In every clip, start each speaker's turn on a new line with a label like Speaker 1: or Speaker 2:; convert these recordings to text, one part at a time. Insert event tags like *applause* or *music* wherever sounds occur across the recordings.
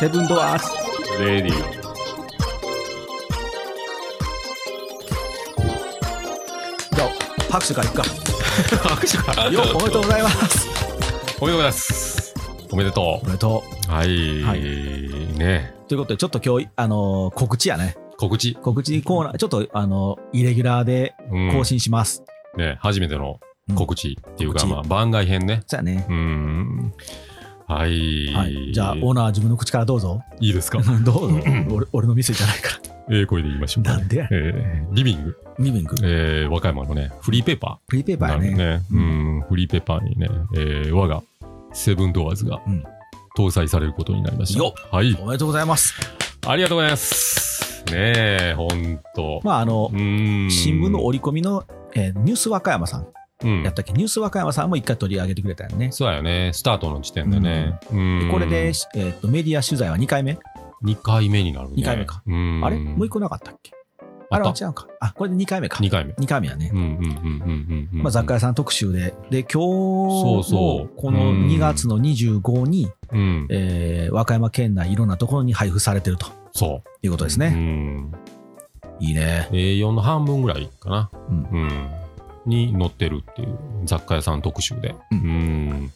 Speaker 1: セブンドアーズ
Speaker 2: レディー。
Speaker 1: じゃあ拍手からいくか
Speaker 2: 拍手から。
Speaker 1: よおめでとうございます
Speaker 2: おめでとうございます。おめでと
Speaker 1: おめでと
Speaker 2: う。はい。
Speaker 1: はい
Speaker 2: ね
Speaker 1: うということでちょっと今日あのー告知やね
Speaker 2: 告知。
Speaker 1: 告知コーナーちょっとあのーイレギュラーで
Speaker 2: うん
Speaker 1: 更新します、
Speaker 2: ね初めての告知っていうか、
Speaker 1: うん
Speaker 2: まあ、番外編ね。
Speaker 1: そうやね
Speaker 2: うーん。はい。
Speaker 1: はい、じゃあオーナー自分の口からどう
Speaker 2: *laughs*
Speaker 1: ぞ
Speaker 2: いいで
Speaker 1: *laughs*
Speaker 2: すか
Speaker 1: どうぞ俺俺の店じゃないか
Speaker 2: ええ声で言いましょう
Speaker 1: ら
Speaker 2: か
Speaker 1: な。んでや
Speaker 2: えーリビング、
Speaker 1: ミビンク
Speaker 2: えー和歌山のね、フリーペーパ
Speaker 1: フリーペー
Speaker 2: ー
Speaker 1: パーやね
Speaker 2: なるね、うん、フリーペーパーにね、えー我がセブンドアーズが
Speaker 1: うん
Speaker 2: 搭載されることになりました。
Speaker 1: よ
Speaker 2: はい。
Speaker 1: おめでとうございます
Speaker 2: ありがとうございます。ねえ、ほんと。
Speaker 1: まああの
Speaker 2: うーん
Speaker 1: 新聞の折り込みの、えーニュース和歌山さん
Speaker 2: うん
Speaker 1: やったっけニュース和歌山さんも一回取り上げてくれたよね
Speaker 2: そうだよね、スタートの時点でね。うん
Speaker 1: でこれで、えー、とメディア取材は2回目
Speaker 2: 2回目になるね。
Speaker 1: 二回目か
Speaker 2: うん。
Speaker 1: あれもう一個なかったっけあ
Speaker 2: あっ
Speaker 1: れ
Speaker 2: た
Speaker 1: は違うか。あ、これで2回目か。
Speaker 2: 2回目。
Speaker 1: 2回目やね
Speaker 2: うん。うんうんうんうんうん。
Speaker 1: まあ、雑貨屋さん特集で。で、今日
Speaker 2: そうそ
Speaker 1: の
Speaker 2: う
Speaker 1: この
Speaker 2: うん
Speaker 1: 2月の25に、
Speaker 2: うん。
Speaker 1: えー和歌山県内いろんなところに配布されてると
Speaker 2: そ
Speaker 1: いうことです
Speaker 2: う。
Speaker 1: ね。
Speaker 2: うん。
Speaker 1: いいね。
Speaker 2: A4 の半分ぐらいかな。
Speaker 1: うん
Speaker 2: うん。に載ってるっていう雑貨屋さん特集で。う
Speaker 1: うん
Speaker 2: ん。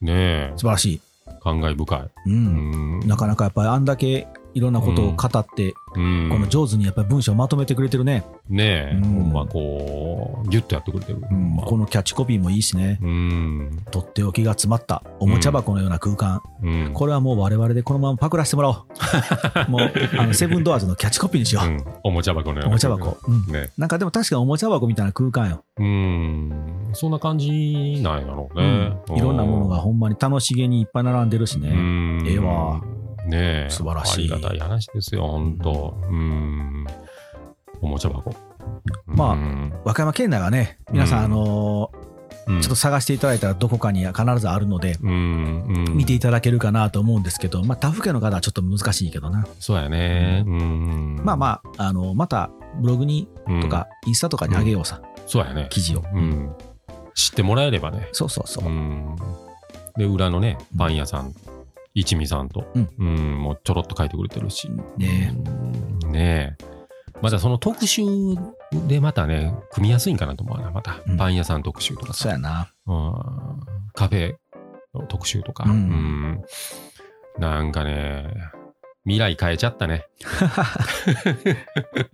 Speaker 2: ねえ
Speaker 1: 素、晴らしい。
Speaker 2: 感慨深い。
Speaker 1: う。
Speaker 2: うんん。
Speaker 1: なかなかやっぱりあんだけいろんなことを語って、
Speaker 2: うん
Speaker 1: この上手にやっぱり文章をまとめてくれてるね。
Speaker 2: ねえ、
Speaker 1: うん
Speaker 2: ほんまこう、ギュッとやってくれてる。
Speaker 1: うん
Speaker 2: まあ
Speaker 1: このキャッチコピーもいいしね。
Speaker 2: うん。
Speaker 1: とっておきが詰まったおもちゃ箱のような空間。
Speaker 2: うん。
Speaker 1: これはもう我々でこのままパクらせ
Speaker 2: *laughs*
Speaker 1: てもらおう。もう、あの、セブンドアーズのキャッチコピーにしよ
Speaker 2: う
Speaker 1: う。
Speaker 2: んおもちゃ箱のような
Speaker 1: おもちゃ箱。うん。
Speaker 2: ね。
Speaker 1: なんかでも確かにおもちゃ箱みたいな空間よ。
Speaker 2: うん。そんな感じなんやろうね。
Speaker 1: うんいろんなものがほんまに楽しげにいっぱい並んでるし
Speaker 2: う
Speaker 1: ね。
Speaker 2: ん。
Speaker 1: ええわ
Speaker 2: ねえ。
Speaker 1: 素晴らしい
Speaker 2: ありがたい話ですよ、ほんと。うん。おもちゃ箱。
Speaker 1: まあ
Speaker 2: うん
Speaker 1: 和歌山県内はね、皆さん、
Speaker 2: うん
Speaker 1: あの
Speaker 2: うん
Speaker 1: ーちょっと探していただいたらどこかには必ずあるので、
Speaker 2: うんうん、
Speaker 1: 見ていただけるかなと思うんですけど、まあ、他府県の方はちょっと難しいけどな。
Speaker 2: そうやね、うん、
Speaker 1: まあまあ、あのーまたブログに
Speaker 2: あ、うん
Speaker 1: と、か、インスタとかにあげようさ、
Speaker 2: そうやね、
Speaker 1: 記事を。
Speaker 2: うん、知ってもらえればね、
Speaker 1: そうそうそうう。
Speaker 2: ん、で裏のねパン屋さん、一味さんと、
Speaker 1: うん
Speaker 2: うんもうちょろっと書いてくれてるし、
Speaker 1: ね
Speaker 2: うんねえまたその特集でまたね組みやすいんかなと思うなまた、
Speaker 1: うん
Speaker 2: パン屋さん特集とか
Speaker 1: そう
Speaker 2: さ、
Speaker 1: やな。
Speaker 2: うん、カフェの特集とか、
Speaker 1: うん
Speaker 2: うんなんかね未来変えちゃったね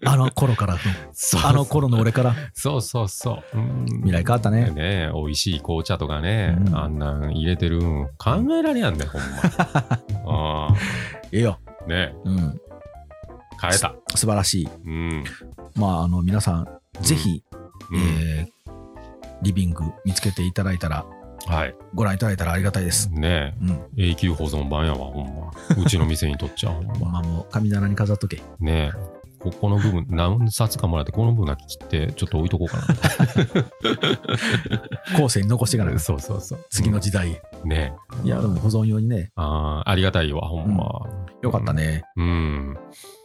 Speaker 1: あの頃
Speaker 2: *laughs*
Speaker 1: からの、あの頃の俺から、
Speaker 2: そうそうそう。うん
Speaker 1: 未来変わったね
Speaker 2: ね美味しい紅茶とかね、
Speaker 1: うん
Speaker 2: あんなん入れてるん考えられやんね、ほん
Speaker 1: *laughs*
Speaker 2: ま。あ
Speaker 1: ええよ。
Speaker 2: あ、ね
Speaker 1: うん。
Speaker 2: 変えた。
Speaker 1: 素晴らしい。
Speaker 2: うん。
Speaker 1: まあ、あの、皆さん、ぜひ、
Speaker 2: うん
Speaker 1: えーリビング見つけていただいたら
Speaker 2: はい。
Speaker 1: ご覧いただいたらありがたいです。
Speaker 2: ね
Speaker 1: うん、
Speaker 2: 永久保存版やわ、ほんま。うちの店にとっちゃ、ほんま。
Speaker 1: まあもう神棚に飾っとけ。
Speaker 2: ねここの部分、何冊かもらって、この部分だけ切って、ちょっと置いとこうか
Speaker 1: 後世に残していかない
Speaker 2: な。。そうそうそう。
Speaker 1: 次の時代。
Speaker 2: ね
Speaker 1: いや、でも保存用にね、
Speaker 2: ああ、ありがたいわ、ほんま。
Speaker 1: よかったね。
Speaker 2: うん。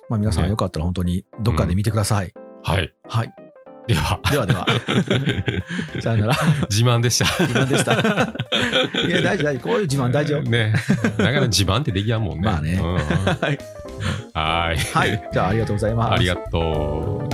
Speaker 1: まあ皆さん
Speaker 2: ね
Speaker 1: よかったら本当にどっかで見てください。
Speaker 2: はい。
Speaker 1: はい。
Speaker 2: では、 *laughs*
Speaker 1: ではでは。さよなら。
Speaker 2: 自慢でした。
Speaker 1: 自慢でした。 *laughs* いや、大事大事。こういう自慢大事よ。
Speaker 2: ね。なかなか自慢ってできやんもんね。
Speaker 1: まあね
Speaker 2: うん
Speaker 1: はい。
Speaker 2: はい。
Speaker 1: はい。じゃあありがとうございます。
Speaker 2: ありがとう。